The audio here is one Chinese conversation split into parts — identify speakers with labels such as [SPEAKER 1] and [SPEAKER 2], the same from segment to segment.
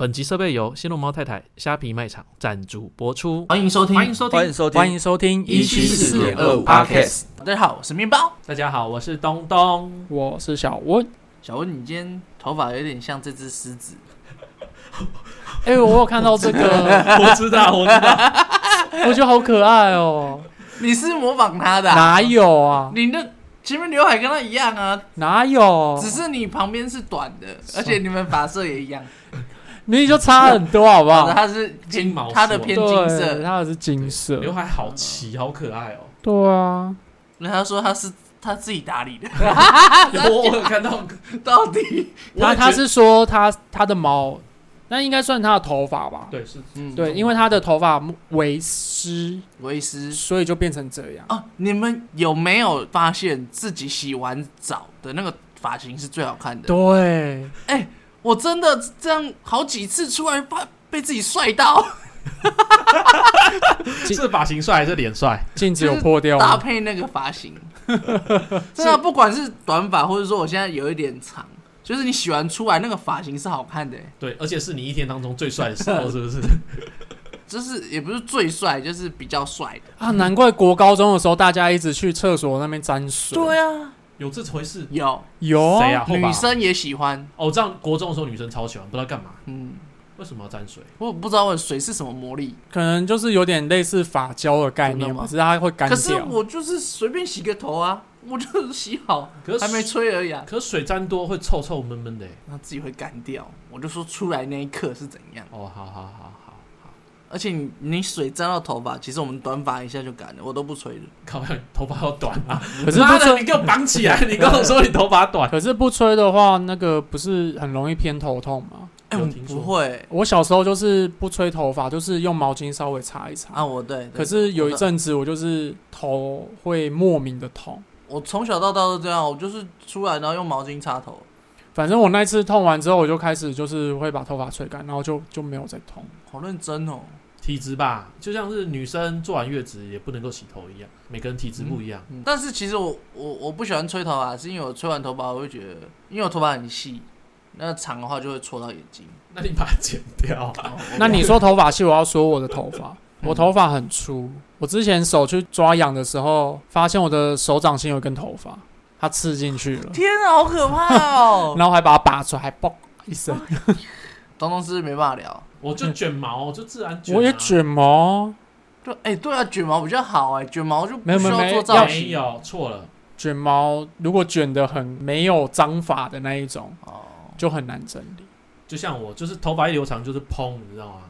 [SPEAKER 1] 本集设备由新龙猫太太虾皮卖场赞助播出。
[SPEAKER 2] 欢迎收听，
[SPEAKER 1] 欢迎收
[SPEAKER 3] 欢迎
[SPEAKER 1] 听，
[SPEAKER 3] 收听，
[SPEAKER 4] 欢迎收听
[SPEAKER 3] 174.25
[SPEAKER 2] Podcast。大家好，我是面包
[SPEAKER 1] 大家好，我是东东。
[SPEAKER 4] 我是小温。
[SPEAKER 2] 小温。你今天头发有点像这只狮子，
[SPEAKER 4] 哎、我有看到 这个，
[SPEAKER 1] 我知道，我知道，
[SPEAKER 4] 我觉得好可爱哦、
[SPEAKER 2] 你是模仿它的、啊？
[SPEAKER 4] 哪有啊？
[SPEAKER 2] 你的前面刘海跟它一样啊，
[SPEAKER 4] 哪有？
[SPEAKER 2] 只是你旁边是短的，而且你们发色也一样。
[SPEAKER 4] 明明就差很多，好不
[SPEAKER 2] 好的，
[SPEAKER 4] 好？
[SPEAKER 2] 它是
[SPEAKER 1] 金毛
[SPEAKER 2] 它的
[SPEAKER 1] 色
[SPEAKER 2] 偏金
[SPEAKER 4] 对
[SPEAKER 2] 色。
[SPEAKER 4] 它是金色。
[SPEAKER 1] 刘海好齐，好可爱哦。
[SPEAKER 4] 对啊，
[SPEAKER 2] 那他说他是他自己打理的，
[SPEAKER 1] 我我有看到，
[SPEAKER 2] 到底？
[SPEAKER 1] 我
[SPEAKER 4] 他
[SPEAKER 1] 也觉
[SPEAKER 4] 他
[SPEAKER 1] 得
[SPEAKER 4] 是说他他的毛，那应该算他的头发吧？
[SPEAKER 1] 对是
[SPEAKER 2] 嗯
[SPEAKER 4] 对，因为他的头发为湿，
[SPEAKER 2] 为师
[SPEAKER 4] 所以就变成这样。
[SPEAKER 2] 哦，你们有没有发现自己洗完澡的那个发型是最好看的？
[SPEAKER 4] 对，
[SPEAKER 2] 我真的这样好几次出来发被自己帅到。
[SPEAKER 1] 是发型帅还是脸帅？
[SPEAKER 4] 镜子有破掉
[SPEAKER 2] 搭
[SPEAKER 4] 吗？
[SPEAKER 2] 配那个发型，真的啊不管是短发，或者说我现在有一点长，就是你洗完出来那个发型是好看的、欸
[SPEAKER 1] 对，而且是你一天当中最帅的时 候，是不是？
[SPEAKER 2] 就是也不是最帅，就是比较帅的。
[SPEAKER 4] 啊，难怪国高中的时候大家一直去厕所那边沾水。
[SPEAKER 2] 啊，
[SPEAKER 1] 有这回事？
[SPEAKER 2] 有
[SPEAKER 4] 有
[SPEAKER 1] 谁啊？后爸
[SPEAKER 2] 女生也喜欢，
[SPEAKER 1] 哦，我这样国中的时候女生超喜欢，不知道干嘛，
[SPEAKER 2] 嗯，
[SPEAKER 1] 为什么要沾水？
[SPEAKER 2] 我不知道我水是什么魔力，
[SPEAKER 4] 可能就是有点类似发胶的概
[SPEAKER 2] 真的
[SPEAKER 4] 念
[SPEAKER 2] 吗
[SPEAKER 4] 吧，只是它会干
[SPEAKER 2] 可是
[SPEAKER 4] 掉。
[SPEAKER 2] 我就是随便洗个头啊，我就是洗好，
[SPEAKER 1] 可是
[SPEAKER 2] 还没吹而已、啊，
[SPEAKER 1] 可是水沾多会臭臭闷闷的欸。
[SPEAKER 2] 那自己会干掉。我就说出来那一刻是怎样，
[SPEAKER 1] 哦，好好好好。
[SPEAKER 2] 而且你你水沾到头发，其实我们短发一下就干了，我都不吹了。
[SPEAKER 1] 靠，头发好短啊！
[SPEAKER 4] 可是
[SPEAKER 1] 妈
[SPEAKER 4] 不
[SPEAKER 1] 的，你
[SPEAKER 4] 吹，
[SPEAKER 1] 给我绑起来！你跟我说你头发短，
[SPEAKER 4] 可是不吹的话，那个不是很容易偏头痛吗？
[SPEAKER 2] 哎、
[SPEAKER 1] 有
[SPEAKER 2] 我
[SPEAKER 1] 听说
[SPEAKER 2] 不会、
[SPEAKER 4] 我小时候就是不吹头发，就是用毛巾稍微擦一擦。
[SPEAKER 2] 啊，我对。对
[SPEAKER 4] 可是有
[SPEAKER 2] 我
[SPEAKER 4] 一，
[SPEAKER 2] 的
[SPEAKER 4] 阵子我就是头会莫名的痛，
[SPEAKER 2] 我从小到大都这样，我就是出来然后用毛巾擦头，
[SPEAKER 4] 反正我那次痛完之后，我就开始就是会把头发吹干，然后就就没有再痛。
[SPEAKER 2] 好认真哦。
[SPEAKER 1] 体质吧，就像是女生做完月子也不能够洗头一样，每个人体质不一样。
[SPEAKER 4] 嗯
[SPEAKER 2] 但是其实我我我不喜欢吹头发，是因为我吹完头发我会觉得，因为我头发很细，那长的话就会戳到眼睛。
[SPEAKER 1] 那你把它剪掉啊！
[SPEAKER 2] 哦 我
[SPEAKER 4] 那你说头发细，我要说我的头发，我头发很粗。我之前手去抓痒的时候，发现我的手掌心有一根头发，它刺进去 了。
[SPEAKER 2] 天啊，好可怕哦！
[SPEAKER 4] 然后还把它拔出来，还嘣一声。
[SPEAKER 2] 东东是不是没办法聊，
[SPEAKER 1] 我就卷毛，就自然卷、啊。
[SPEAKER 4] 我也，卷毛，
[SPEAKER 2] 就哎、对啊，卷毛比较好哎、卷毛就不
[SPEAKER 4] 没有
[SPEAKER 2] 需
[SPEAKER 4] 没有
[SPEAKER 2] 要
[SPEAKER 4] 没
[SPEAKER 2] 做
[SPEAKER 4] 有
[SPEAKER 2] 造
[SPEAKER 1] 没
[SPEAKER 2] 型。
[SPEAKER 1] 有错了。
[SPEAKER 4] 卷毛如果卷得很没有章法的那一种，
[SPEAKER 2] 哦，
[SPEAKER 4] 就很难整理。
[SPEAKER 1] 就像我，就是头发一留长就是蓬，你知道吗？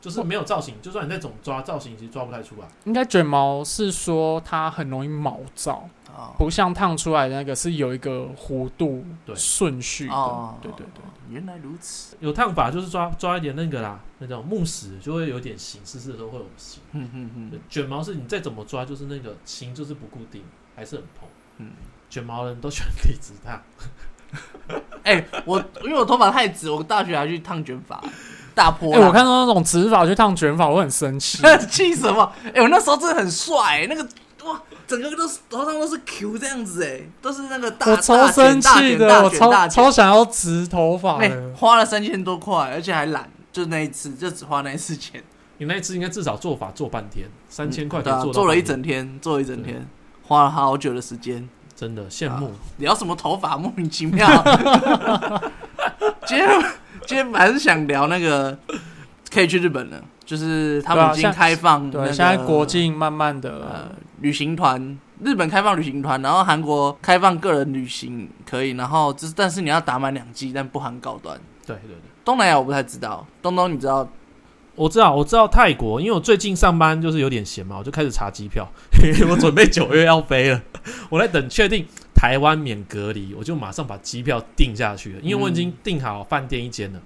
[SPEAKER 1] 就是没有造型，就算你再怎么抓造型，其实抓不太出来。
[SPEAKER 4] 应该卷毛是说它很容易毛躁，
[SPEAKER 2] 哦
[SPEAKER 4] 不像烫出来的那个是有一个弧度
[SPEAKER 1] 对
[SPEAKER 4] 顺序的
[SPEAKER 2] 哦。
[SPEAKER 4] 对对对，
[SPEAKER 2] 原来如此。
[SPEAKER 1] 有烫发就是抓抓一点那个啦，那种木屎就会有点形，湿湿的时候会有形。
[SPEAKER 2] 哼哼哼，
[SPEAKER 1] 卷毛是你再怎么抓，就是那个形就是不固定，还是很蓬。
[SPEAKER 2] 嗯
[SPEAKER 1] 卷毛人都喜欢体质烫，
[SPEAKER 2] 哎、我因为我头发太直，我大学还去烫卷发，大波
[SPEAKER 4] 哎、
[SPEAKER 2] 浪。
[SPEAKER 4] 我看到那种直发去烫卷发，我会很生气。
[SPEAKER 2] 气什么？哎、我那时候真的很帅、那个哇，整个都是头上都是 Q 这样子、哎，都是那个 大
[SPEAKER 4] 我超生气的，
[SPEAKER 2] 大
[SPEAKER 4] 我
[SPEAKER 2] 卷大
[SPEAKER 4] 超
[SPEAKER 2] 卷
[SPEAKER 4] 超想要直头发
[SPEAKER 2] 哎、
[SPEAKER 4] 的。
[SPEAKER 2] 花了三千多块，而且还懒，就那一次，就只花那一次钱，
[SPEAKER 1] 你那一次应该至少做法做半天，三千块可
[SPEAKER 2] 对
[SPEAKER 1] 以
[SPEAKER 2] 啊
[SPEAKER 1] 做、，
[SPEAKER 2] 做了一，整天，做了一整天，花了好久的时间。
[SPEAKER 1] 真的羡慕。
[SPEAKER 2] 聊什么头发，莫名其妙。今天今天本来是想聊那个可以去日本了，就是他
[SPEAKER 4] 对
[SPEAKER 2] 们
[SPEAKER 4] 啊
[SPEAKER 2] 已经
[SPEAKER 4] 像
[SPEAKER 2] 开放、那
[SPEAKER 4] 对，
[SPEAKER 2] 个
[SPEAKER 4] 现在国境慢慢
[SPEAKER 2] 呃
[SPEAKER 4] 的，
[SPEAKER 2] 旅行团，日本开放旅行团，然后韩国开放个人旅行可以，然后就是但是你要打满两季，但不含高端。
[SPEAKER 1] 对对对。
[SPEAKER 2] 东南亚我不太知道，东东你知道？
[SPEAKER 1] 我知道，我知道泰国，因为我最近上班就是有点闲嘛，我就开始查机票， 因为我准备九月要飞了，我在等确定台湾免隔离，我就马上把机票定下去了，因为我已
[SPEAKER 2] 嗯
[SPEAKER 1] 经订好饭店一间了，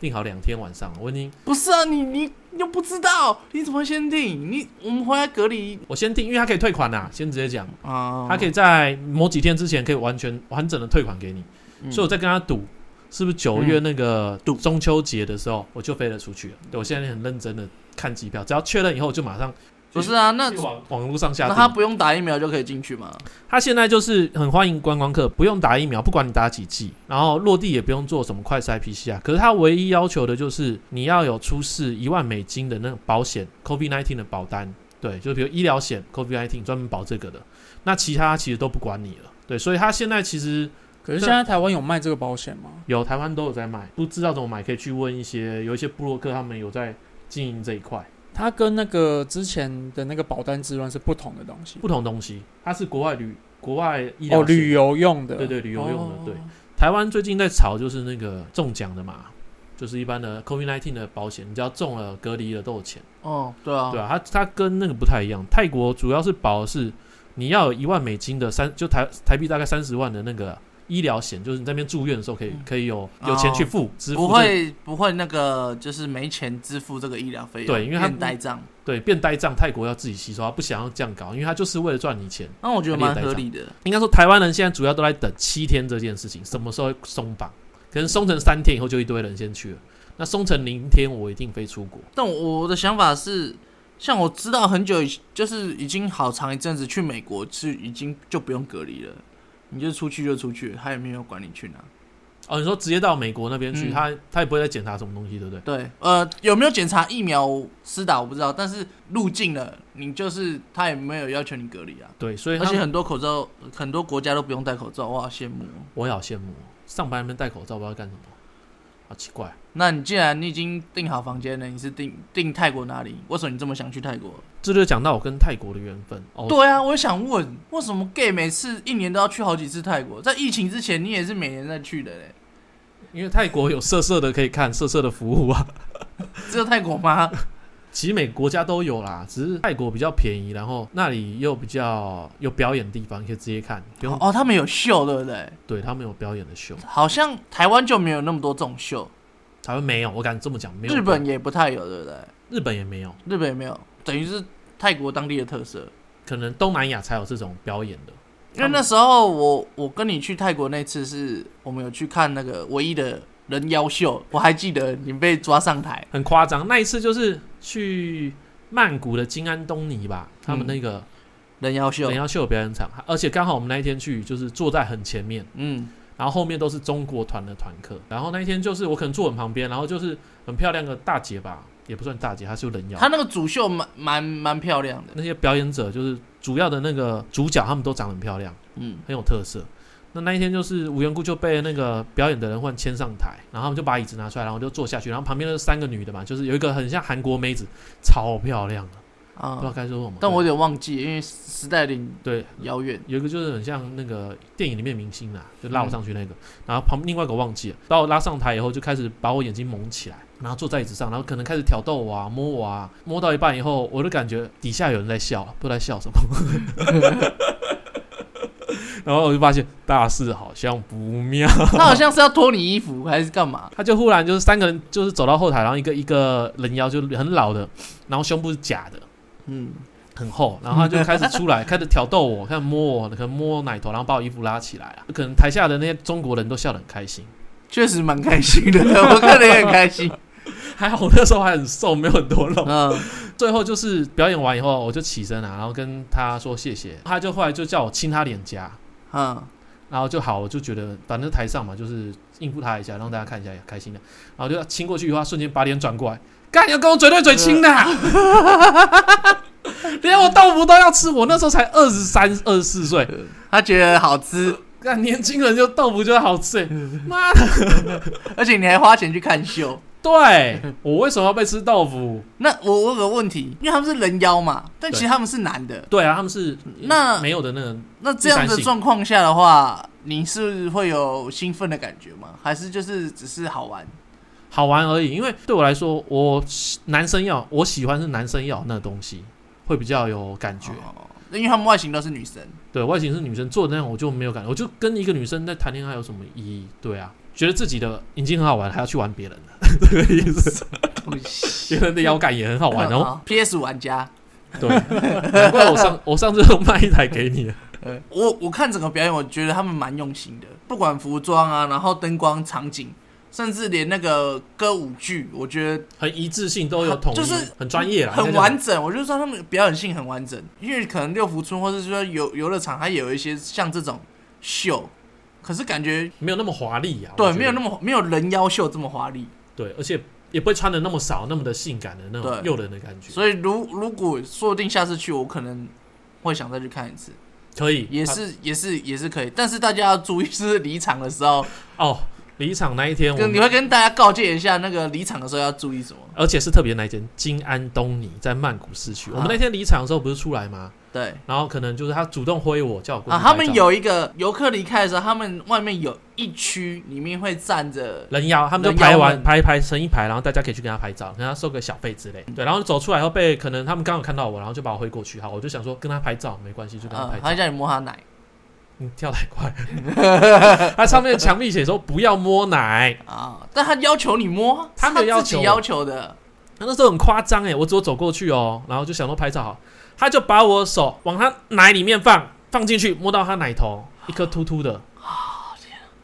[SPEAKER 1] 订好两天晚上了，我已经
[SPEAKER 2] 不是啊，你你又不知道，你怎么会先定？你我们回来隔离
[SPEAKER 1] 我先订，因为它可以退款啦，先直接讲，
[SPEAKER 2] 啊，
[SPEAKER 1] 它可以在某几天之前可以完全完整的退款给你，
[SPEAKER 2] 嗯
[SPEAKER 1] 所以我在跟他赌，是不是九月那个
[SPEAKER 2] 赌
[SPEAKER 1] 中秋节的时候我就飞了出去了？对我现在很认真的看机票，只要确认以后我就马上
[SPEAKER 2] 不是啊，那
[SPEAKER 1] 去网网络上下
[SPEAKER 2] 那
[SPEAKER 1] 订。
[SPEAKER 2] 他不用打疫苗就可以进去吗？
[SPEAKER 1] 他现在就是很欢迎观光客，不用打疫苗，不管你打几剂，然后落地也不用做什么快筛 PCR。可是他唯一要求的就是你要有出示一万美金的那种保险 COVID-19 的保单，对，就比如医疗险 COVID-19 专门保这个的。那其他其实都不管你了，对，所以他现在其实
[SPEAKER 4] 可是现在台湾有卖这个保险吗？
[SPEAKER 1] 有台湾都有在卖，不知道怎么买，可以去问一些有一些部落客他们有在经营这一块
[SPEAKER 4] 它跟那个之前的那个保单之乱是不同的东西。
[SPEAKER 1] 不同东西，它是国外旅国外医疗
[SPEAKER 4] 哦，
[SPEAKER 1] 险
[SPEAKER 4] 旅游用的，
[SPEAKER 1] 对对旅游用的
[SPEAKER 4] 哦
[SPEAKER 1] 对。台湾最近在炒就是那个中奖的嘛，就是一般的 COVID-19 的保险，你只要中了隔离了都有钱，
[SPEAKER 2] 哦，对啊，
[SPEAKER 1] 对吧、它它跟那个不太一样，泰国主要是保的是你要有一万美金的三，就台台币大概三十万的那个医疗险，就是你在那边住院的时候可以
[SPEAKER 4] 嗯
[SPEAKER 1] 可以有有钱去付支付
[SPEAKER 2] 不
[SPEAKER 1] 这，
[SPEAKER 2] 会不会那个就是没钱支付这个医疗费用，
[SPEAKER 1] 对因为他
[SPEAKER 2] 变呆账，
[SPEAKER 1] 对变呆账，泰国要自己吸收，他不想要这样搞，因为他就是为了赚你钱。
[SPEAKER 2] 那我觉得蛮合理的。
[SPEAKER 1] 应该说台湾人现在主要都在等七天这件事情什么时候会松绑，可能松成三天以后就一堆人先去了，那松成零天我一定飞出国。
[SPEAKER 2] 但我的想法是，像我知道很久以，就是已经好长一阵子去美国是已经就不用隔离了，你就出去就出去，他也没有管你去哪。
[SPEAKER 1] 哦，你说直接到美国那边去，
[SPEAKER 2] 嗯
[SPEAKER 1] 他他也不会再检查什么东西，对不对？
[SPEAKER 2] 对，呃，有没有检查疫苗施打我不知道，但是入境了，你就是他也没有要求你隔离啊。
[SPEAKER 1] 对，所以他
[SPEAKER 2] 而且
[SPEAKER 1] 们
[SPEAKER 2] 很多口罩，很多国家都不用戴口罩，我好羡慕哦。
[SPEAKER 1] 我也好羡慕哦，上班那边戴口罩不知道干什么，好奇怪。
[SPEAKER 2] 那你既然你已经订好房间了，你是订订泰国哪里？为什么你这么想去泰国？
[SPEAKER 1] 这就讲到我跟泰国的缘分哦。
[SPEAKER 2] 对啊，我也想问，为什么 gay 每次一年都要去好几次泰国？在疫情之前，你也是每年在去的嘞，
[SPEAKER 1] 因为泰国有色色的可以看，色色的服务啊。
[SPEAKER 2] 只有泰国吗？
[SPEAKER 1] 其实每个国家都有啦，只是泰国比较便宜，然后那里又比较有表演的地方，可以直接看，不用、
[SPEAKER 2] 哦，他们有秀，对不对？
[SPEAKER 1] 对他们有表演的秀。
[SPEAKER 2] 好像台湾就没有那么多这种秀，
[SPEAKER 1] 台湾没有，我敢这么讲，没有。
[SPEAKER 2] 日本也不太有，对不对？
[SPEAKER 1] 日本也没有，
[SPEAKER 2] 日本也没有，等于是泰国当地的特色。
[SPEAKER 1] 可能东南亚才有这种表演的。
[SPEAKER 2] 因为那时候我我跟你去泰国那次是我们有去看那个唯一的人妖秀，我还记得你被抓上台，
[SPEAKER 1] 很夸张。那一次就是去曼谷的金安东尼吧，他们那
[SPEAKER 2] 嗯
[SPEAKER 1] 个
[SPEAKER 2] 人妖秀
[SPEAKER 1] 人，妖秀表演场，而且刚好我们那一天去就是坐在很前面，
[SPEAKER 2] 嗯，
[SPEAKER 1] 然后后面都是中国团的团客。然后那一天就是我可能坐很旁边，然后就是很漂亮的大姐吧，也不算大姐，她是人妖
[SPEAKER 2] 他。那个主秀蛮蛮蛮漂亮的，
[SPEAKER 1] 那些表演者就是主要的那个主角，他们都长得很漂亮，
[SPEAKER 2] 嗯，
[SPEAKER 1] 很有特色。那那一天就是无缘故就被那个表演的人换牵上台，然后他们就把椅子拿出来，然后就坐下去，然后旁边的三个女的嘛，就是有一个很像韩国妹子，超漂亮的，
[SPEAKER 2] 啊、
[SPEAKER 1] 不知道该说什么。
[SPEAKER 2] 但我有点忘记，因为时代 有点
[SPEAKER 1] 对，
[SPEAKER 2] 遥远。
[SPEAKER 1] 有一个就是很像那个电影里面明星啦，啊就拉我上去那个，然后旁另外一个我忘记了，把我拉上台以后就开始把我眼睛蒙起来，然后坐在椅子上，然后可能开始挑逗我啊，摸我啊，摸到一半以后，我就感觉底下有人在笑，不知道在笑什么，然后我就发现大事好像不妙，
[SPEAKER 2] 他好像是要脱你衣服还是干嘛？
[SPEAKER 1] 他就忽然就是三个人就是走到后台，然后一个一个人妖就很老的，然后胸部是假的，
[SPEAKER 2] 嗯，
[SPEAKER 1] 很厚，然后他就开始出来，开始挑逗我，开始摸我，可能摸我奶头，然后把我衣服拉起来啊。可能台下的那些中国人都笑得很开心，
[SPEAKER 2] 确实蛮开心的， 我个人也很开心。
[SPEAKER 1] 还好我那时候还很瘦，没有很多 肉。
[SPEAKER 2] 嗯，
[SPEAKER 1] 最后就是表演完以后，我就起身啊，然后跟他说谢谢，他就后来就叫我亲他脸颊，
[SPEAKER 2] 嗯，
[SPEAKER 1] 然后就好，我就觉得反正台上嘛，就是应付他一下，让大家看一下也开心的，然后就亲过去以后，他瞬间把脸转过来，干要跟我嘴对嘴亲的、啊， 连我豆腐都要吃，我那时候才二十三、二十四岁。
[SPEAKER 2] 他觉得好吃，
[SPEAKER 1] 看年轻人就豆腐就好吃，欸妈的！
[SPEAKER 2] 而且你还花钱去看秀。
[SPEAKER 1] 对我为什么要被吃豆腐？
[SPEAKER 2] 那我我有个问题，因为他们是人妖嘛，但
[SPEAKER 1] 对
[SPEAKER 2] 其实他们是男的。
[SPEAKER 1] 对啊，他们是
[SPEAKER 2] 那
[SPEAKER 1] 没有的那个，
[SPEAKER 2] 那这样
[SPEAKER 1] 第
[SPEAKER 2] 的
[SPEAKER 1] 三性
[SPEAKER 2] 状况下的话，你是会有兴奋的感觉吗？还是就是只是好玩？
[SPEAKER 1] 好玩而已。因为对我来说，我男生要我喜欢是男生要那个东西，会比较有感觉。
[SPEAKER 2] 哦因为他们外形都是女生。
[SPEAKER 1] 对外形是女生做的那样，我就没有感觉，我就跟一个女生在谈恋爱有什么意义？对啊，觉得自己的已经很好玩，还要去玩别 人的，这个意思。别人的腰杆也很好玩哦。
[SPEAKER 2] 好 PS 玩家，
[SPEAKER 1] 对，难怪我上我上次都卖一台给你了。
[SPEAKER 2] 呃，我我看整个表演，我觉得他们蛮用心的，不管服装啊，然后灯光、场景，甚至连那个歌舞剧，我觉得
[SPEAKER 1] 很一致性都有统一，
[SPEAKER 2] 就是
[SPEAKER 1] 很专业啦，应
[SPEAKER 2] 很
[SPEAKER 1] 该这样
[SPEAKER 2] 完整。我就说他们表演性很完整，因为可能六福村或者说游游乐场，它也有一些像这种秀，可是感觉
[SPEAKER 1] 没有那么华丽啊。
[SPEAKER 2] 对没有那
[SPEAKER 1] 么
[SPEAKER 2] 么没有人妖秀这么华丽。
[SPEAKER 1] 对，而且也不会穿的那么少，那么的性感的那种
[SPEAKER 2] 对
[SPEAKER 1] 诱人的感觉。
[SPEAKER 2] 所以如如果说不定下次去，我可能会想再去看一次，
[SPEAKER 1] 可以，
[SPEAKER 2] 也
[SPEAKER 1] 他
[SPEAKER 2] 是也是也是可以。但是大家要注意，就是离场的时候，
[SPEAKER 1] 哦。离场那一天，我
[SPEAKER 2] 跟你
[SPEAKER 1] 们
[SPEAKER 2] 会跟大家告诫一下，那个离场的时候要注意什么？
[SPEAKER 1] 而且是特别那一间金安东尼在曼谷市区。我们
[SPEAKER 2] 啊
[SPEAKER 1] 那天离场的时候不是出来吗？
[SPEAKER 2] 对。
[SPEAKER 1] 然后可能就是他主动挥我，叫我过去
[SPEAKER 2] 啊，
[SPEAKER 1] 拍
[SPEAKER 2] 他们
[SPEAKER 1] 照
[SPEAKER 2] 有一个游客离开的时候，他们外面有一区，里面会站着
[SPEAKER 1] 人妖，他们就
[SPEAKER 2] 人
[SPEAKER 1] 排
[SPEAKER 2] 妖
[SPEAKER 1] 完
[SPEAKER 2] 们
[SPEAKER 1] 排一排成一排，然后大家可以去跟他拍照，跟他收个小费之类。对，然后走出来后被可能他们刚好看到我，然后就把我挥过去。好，我就想说跟他拍照没关系，就跟他
[SPEAKER 2] 呃
[SPEAKER 1] 拍，
[SPEAKER 2] 他
[SPEAKER 1] 照。
[SPEAKER 2] 叫你摸他奶
[SPEAKER 1] 你跳太快， 他上面的墙壁写说不要摸奶。
[SPEAKER 2] 啊，但他要求你摸，
[SPEAKER 1] 他没有要
[SPEAKER 2] 是自
[SPEAKER 1] 求
[SPEAKER 2] 己要求的，
[SPEAKER 1] 他那时候很夸张哎，我只有走过去哦，然后就想说拍照好，他就把我手往他奶里面放，放进去摸到他奶头，一颗凸凸的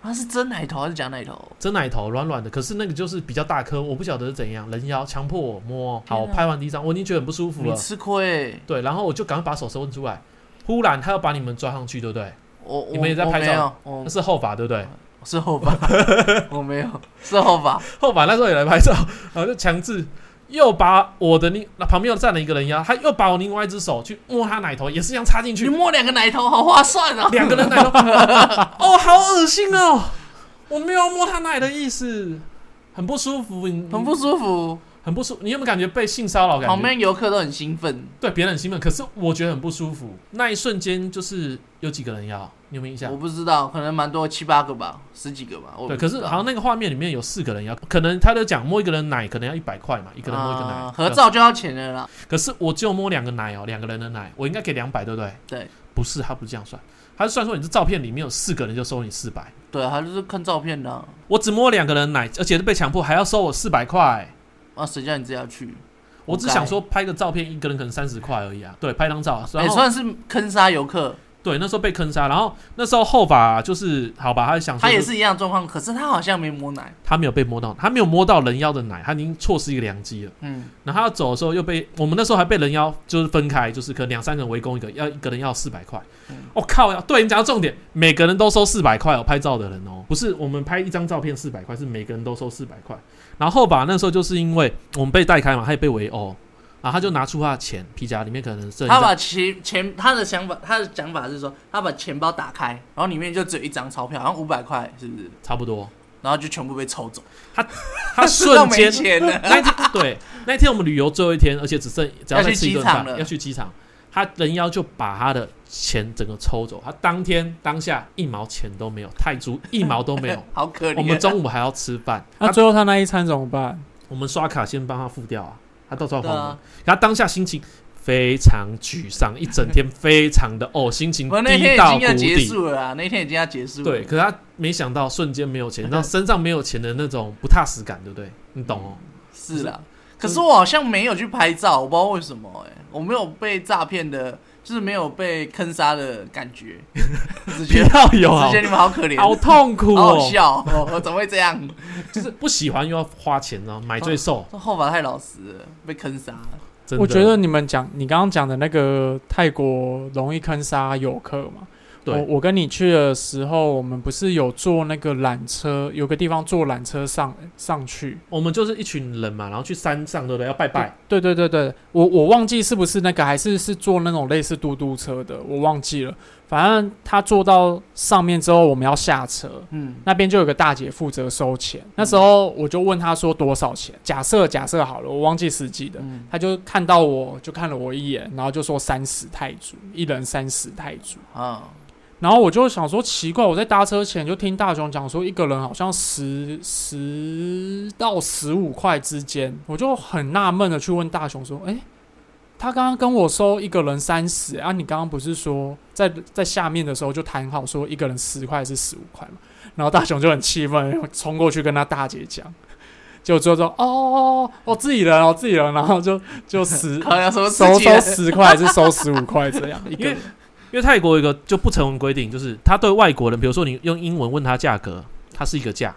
[SPEAKER 2] 他是真奶头还是假奶头？
[SPEAKER 1] 真奶头，软软的，可是那个就是比较大颗，我不晓得是怎样，人妖强迫我摸。哦好，我
[SPEAKER 2] 天啊
[SPEAKER 1] 拍完第一张，我已经觉得很不舒服
[SPEAKER 2] 你
[SPEAKER 1] 了。
[SPEAKER 2] 吃亏、
[SPEAKER 1] 对，然后我就赶快把手伸出来，忽然他要把你们抓上去，对不对？
[SPEAKER 2] 我我
[SPEAKER 1] 你们也在
[SPEAKER 2] 我
[SPEAKER 1] 拍
[SPEAKER 2] 没有
[SPEAKER 1] 照，
[SPEAKER 2] 我
[SPEAKER 1] 那是后法，对不对？
[SPEAKER 2] 我是后吧， 我没有是后吧，
[SPEAKER 1] 后法那时候也来拍照， 然后就强制又把我的另那旁边又站了一个人妖，他又把我另外一只手去摸他奶头，也是这样插进
[SPEAKER 2] 你
[SPEAKER 1] 去，
[SPEAKER 2] 摸两个奶头好划算 哦，
[SPEAKER 1] 两个人奶头，哦，好恶心哦！我没有要摸他奶的意思，很不舒服，你
[SPEAKER 2] 很不舒服，
[SPEAKER 1] 很不舒服。你有没有感觉被性骚扰？感
[SPEAKER 2] 旁
[SPEAKER 1] 觉
[SPEAKER 2] 边游客都很兴奋，
[SPEAKER 1] 对别人很兴奋，可是我觉得很不舒服。那一瞬间就是有几个人妖，你有没有印象
[SPEAKER 2] 我？不知道，可能蛮多七八个吧，十几个吧，我也
[SPEAKER 1] 对，
[SPEAKER 2] 不
[SPEAKER 1] 可
[SPEAKER 2] 知
[SPEAKER 1] 是
[SPEAKER 2] 道
[SPEAKER 1] 好像那个画面里面有四个人要，可能他就讲摸一个人奶可能要一百块嘛，一个人摸一个奶。
[SPEAKER 2] 啊合照就要钱了啦，
[SPEAKER 1] 可是我只有摸两个奶哦，两个人的奶，我应该给两百，对不对？
[SPEAKER 2] 对。
[SPEAKER 1] 不是，他不是这样算，他是算说你这照片里面有四个人就收你四百，
[SPEAKER 2] 对，啊他就是看照片的啊，
[SPEAKER 1] 我只摸两个人奶，而且是被强迫还要收我四百块。
[SPEAKER 2] 啊谁叫你自己要去？
[SPEAKER 1] 我只想说拍个照片，一个人可能三十块而已啊。对，拍张照啊。
[SPEAKER 2] 也、
[SPEAKER 1] 然后、
[SPEAKER 2] 算是坑杀游客，
[SPEAKER 1] 对，那时候被坑杀，然后那时候后法啊就是好吧，他想说
[SPEAKER 2] 他也是一样的状况，可是他好像没摸奶。
[SPEAKER 1] 他没有被摸到，他没有摸到人妖的奶，他已经错失一个良机了。
[SPEAKER 2] 嗯，
[SPEAKER 1] 然后他走的时候又被我们那时候还被人妖就是分开，就是可能两三个人围攻一个，要一个人要四百块。
[SPEAKER 2] 嗯
[SPEAKER 1] 我、靠呀！对你讲到重点，每个人都收四百块哦，拍照的人哦，不是我们拍一张照片四百块，是每个人都收四百块。然后吧，那时候就是因为我们被带开嘛，他也被围殴，然后他就拿出他的钱，皮夹里面可能剩一
[SPEAKER 2] 他
[SPEAKER 1] 张
[SPEAKER 2] 把钱钱，他的想法，他的讲法是说，他把钱包打开，然后里面就只有一张钞票，好像五百块，是不是？
[SPEAKER 1] 差不多，
[SPEAKER 2] 然后就全部被抽走，
[SPEAKER 1] 他瞬间
[SPEAKER 2] 知道没钱了。
[SPEAKER 1] 那一天 对，那一天我们旅游最后一天，而且只剩只要
[SPEAKER 2] 要
[SPEAKER 1] 再
[SPEAKER 2] 去
[SPEAKER 1] 吃一
[SPEAKER 2] 机
[SPEAKER 1] 顿
[SPEAKER 2] 场
[SPEAKER 1] 饭，
[SPEAKER 2] 了。
[SPEAKER 1] 要去机场，他人妖就把他的钱整个抽走，他当天当下一毛钱都没有，泰铢一毛都没有
[SPEAKER 2] 好 可怜。啊
[SPEAKER 1] 我们中午还要吃饭，
[SPEAKER 4] 那
[SPEAKER 1] 他
[SPEAKER 4] 最后他那一餐怎么办？
[SPEAKER 1] 我们刷卡先帮他付掉啊，他到时候还
[SPEAKER 2] 对
[SPEAKER 1] 我们
[SPEAKER 2] 啊。，
[SPEAKER 1] 他当下心情非常沮丧，一整天非常的哦，心情
[SPEAKER 2] 我那天
[SPEAKER 1] 低
[SPEAKER 2] 已
[SPEAKER 1] 到
[SPEAKER 2] 经要
[SPEAKER 1] 谷
[SPEAKER 2] 结
[SPEAKER 1] 底。
[SPEAKER 2] 束了啦，那天已经要结束了。
[SPEAKER 1] 对，可是他没想到瞬间没有钱，然后身上没有钱的那种不踏实感，对不对？你懂 哦。
[SPEAKER 2] 是啦，可是我好像没有去拍照，我不知道为什么哎、我没有被诈骗的，就是没有被坑杀的感 觉，只
[SPEAKER 1] 不
[SPEAKER 2] 觉得
[SPEAKER 1] 要有啊
[SPEAKER 2] 只觉得，你们好可怜，
[SPEAKER 1] 好痛苦
[SPEAKER 2] 好好
[SPEAKER 1] 哦。
[SPEAKER 2] 笑哦、 我怎么会这样？
[SPEAKER 1] 就是不喜欢又要花钱，然后买罪受，
[SPEAKER 2] 这后法太老实了，被坑杀了。
[SPEAKER 1] 真的
[SPEAKER 4] 哦我觉得你们讲你刚刚讲的那个泰国容易坑杀游客嘛，
[SPEAKER 1] 对
[SPEAKER 4] 我我跟你去的时候，我们不是有坐那个缆车，有个地方坐缆车上上去。
[SPEAKER 1] 我们就是一群人嘛，然后去山上，对不对？要拜拜，
[SPEAKER 4] 对对对对，我我忘记是不是那个，还是是坐那种类似嘟嘟车的，我忘记了。反正他坐到上面之后，我们要下车，
[SPEAKER 2] 嗯，
[SPEAKER 4] 那边就有个大姐负责收钱。那时候我就问她说多少钱，假设假设好了，我忘记实际的，
[SPEAKER 2] 嗯
[SPEAKER 4] 她就看到我就看了我一眼，然后就说三十泰铢，一人三十泰铢。
[SPEAKER 2] 啊，
[SPEAKER 4] 然后我就想说奇怪，我在搭车前就听大雄讲说哦一个人好像十十到十五块之间，我就很纳闷的去问大雄说，哎、他刚刚跟我收一个人三十啊，你刚刚不是说在在下面的时候就谈好说一个人十块还是十五块嘛？然后大雄就很气愤， 冲过去跟他大姐讲，结果最后说哦哦哦，我自己人，我自己人，然后就就十
[SPEAKER 2] 好像什么事
[SPEAKER 4] 收
[SPEAKER 2] 情啊
[SPEAKER 4] 收？十块还是收十五块这样，一
[SPEAKER 1] 因
[SPEAKER 4] 个
[SPEAKER 1] 为因为泰国有一个就不成文规定，就是他对外国人，比如说你用英文问他价格，他是一个价，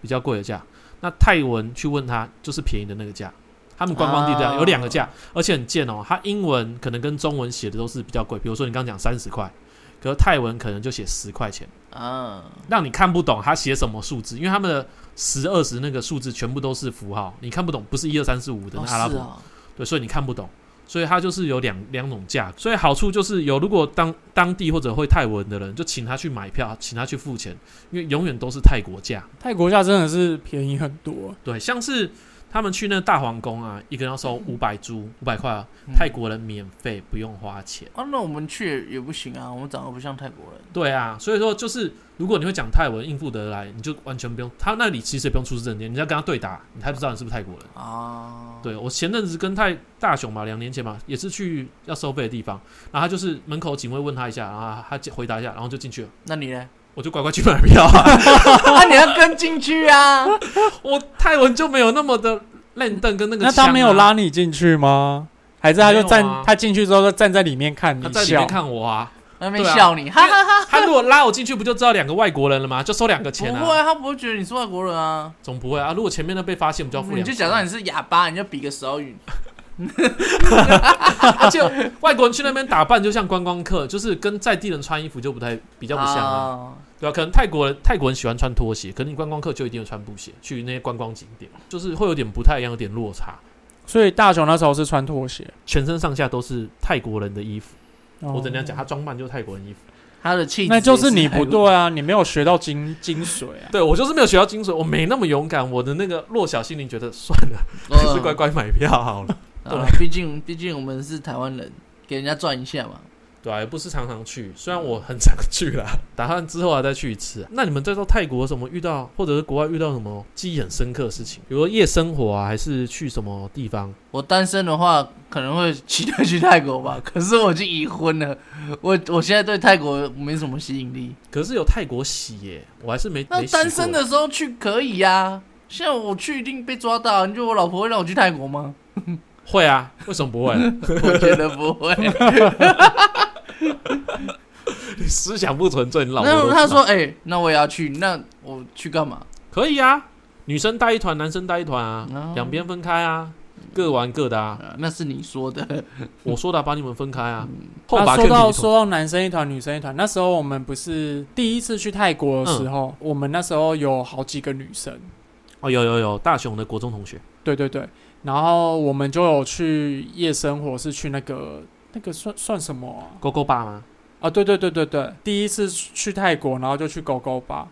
[SPEAKER 1] 比较贵的价，那泰文去问他，就是便宜的那个价。他们观光地
[SPEAKER 4] 啊
[SPEAKER 1] 带
[SPEAKER 2] 哦
[SPEAKER 1] 有两个价，而且很贱哦。他英文可能跟中文写的都是比较贵，比如说你刚讲三十块，可是泰文可能就写十块钱，
[SPEAKER 2] 啊，
[SPEAKER 1] 让你看不懂他写什么数字，因为他们的十、二十那个数字全部都是符号，你看不懂，不是一二三四五的
[SPEAKER 2] 哦
[SPEAKER 1] 那阿拉
[SPEAKER 2] 是
[SPEAKER 1] 伯
[SPEAKER 2] 哦，
[SPEAKER 1] 对，所以你看不懂，所以它就是有两两种价格，所以好处就是有如果当当地或者会泰文的人，就请他去买票，请他去付钱，因为永远都是泰国价。
[SPEAKER 4] 泰国价真的是便宜很多，
[SPEAKER 1] 对，像是他们去那大皇宫啊，一个人要收五百铢，五百块啊，
[SPEAKER 2] 嗯
[SPEAKER 1] 泰国人免费不用花钱。
[SPEAKER 2] 啊，那我们去也也不行啊，我们长得不像泰国人。
[SPEAKER 1] 对啊，所以说就是如果你会讲泰文，应付得来，你就完全不用他那里其实也不用出示证件，你只要跟他对答，你还不知道你是不是泰国人。
[SPEAKER 2] 啊，，
[SPEAKER 1] 对我前阵子跟泰大雄嘛，两年前嘛，也是去要收费的地方，然后他就是门口警卫问他一下，然后他他回答一下，然后就进去了，
[SPEAKER 2] 那你呢？
[SPEAKER 1] 我就乖乖去买票啊，
[SPEAKER 2] 啊，你要跟进去啊！
[SPEAKER 1] 我泰文就没有那么的认凳跟那个、啊
[SPEAKER 4] 那他没有，拉你进去吗？还是他就站
[SPEAKER 1] 没有啊
[SPEAKER 4] 他进去之后就站在里面看你
[SPEAKER 1] 他在里
[SPEAKER 4] 笑
[SPEAKER 1] 面？看我啊，
[SPEAKER 2] 那边笑你，哈哈哈！
[SPEAKER 1] 他如果拉我进去，不就知道两个外国人了吗？就收两个
[SPEAKER 2] 不
[SPEAKER 1] 钱啊，
[SPEAKER 2] 会，他不会觉得你是外国人啊。
[SPEAKER 1] 总不会啊，如果前面的被发现，不就要付两
[SPEAKER 2] 你
[SPEAKER 1] 啊
[SPEAKER 2] 就
[SPEAKER 1] 个
[SPEAKER 2] 假
[SPEAKER 1] 钱？
[SPEAKER 2] 装你是哑巴，你就比个手语。
[SPEAKER 1] 而且外国人去那边打扮就像观光客，就是跟在地人穿衣服就不太比较不像啊。
[SPEAKER 2] 啊。
[SPEAKER 1] 对啊，可能泰国人泰国人喜欢穿拖鞋，可能你观光客就一定会穿布鞋去那些观光景点，就是会有点不太一样，有点落差。
[SPEAKER 4] 所以大雄那时候是穿拖鞋。
[SPEAKER 1] 全身上下都是泰国人的衣服，
[SPEAKER 4] 哦
[SPEAKER 1] 我只能讲他装扮就是泰国人衣服。
[SPEAKER 2] 他的气质，
[SPEAKER 4] 那就是你不。对啊，你没有学到精精髓啊。
[SPEAKER 1] 对我就是没有学到精髓，我没那么勇敢，我的那个弱小心灵觉得算了，还是乖乖买票好了。
[SPEAKER 2] 嗯啊，毕竟毕竟我们是台湾人，给人家赚一下嘛。
[SPEAKER 1] 对啊，也不是常常去，虽然我很常去啦，打算之后还再去一次啊、那你们在到泰国有什么遇到，或者是国外遇到什么记忆很深刻的事情，比如说夜生活啊，还是去什么地方？
[SPEAKER 2] 我单身的话，可能会期待去泰国吧。 可是我已经已婚了，我我现在对泰国没什么吸引力。
[SPEAKER 1] 可是有泰国洗耶，我还是没
[SPEAKER 2] 那
[SPEAKER 1] 没洗
[SPEAKER 2] 单身
[SPEAKER 1] 过
[SPEAKER 2] 的时候去可以呀、现在我去一定被抓到啊，你觉得我老婆会让我去泰国吗？
[SPEAKER 1] 会啊，为什么 不会？
[SPEAKER 2] 我觉得不会。
[SPEAKER 1] 你思想不纯粹，你 老婆都
[SPEAKER 2] 那
[SPEAKER 1] 知道
[SPEAKER 2] 他说：“哎、那我也要去，那我去干嘛？
[SPEAKER 1] 可以啊，女生带一团，男生带一团啊
[SPEAKER 2] 哦，
[SPEAKER 1] 两边分开啊，各玩各的啊。
[SPEAKER 2] 啊那是你说的。
[SPEAKER 1] 我说的啊把你们分开啊，
[SPEAKER 2] 嗯
[SPEAKER 1] 后把
[SPEAKER 4] 那
[SPEAKER 1] 更
[SPEAKER 4] 说到
[SPEAKER 1] 离
[SPEAKER 4] 说到男生一团，女生一团，那时候我们不是第一次去泰国的时候，
[SPEAKER 1] 嗯
[SPEAKER 4] 我们那时候有好几个女生，
[SPEAKER 1] 哦，有有有，大雄的国中同学，
[SPEAKER 4] 对对对，然后我们就有去夜生活，是去那个那个算算什么啊？
[SPEAKER 1] 勾勾爸吗？
[SPEAKER 4] 啊，对对对对对，第一次去泰国，然后就去狗狗吧，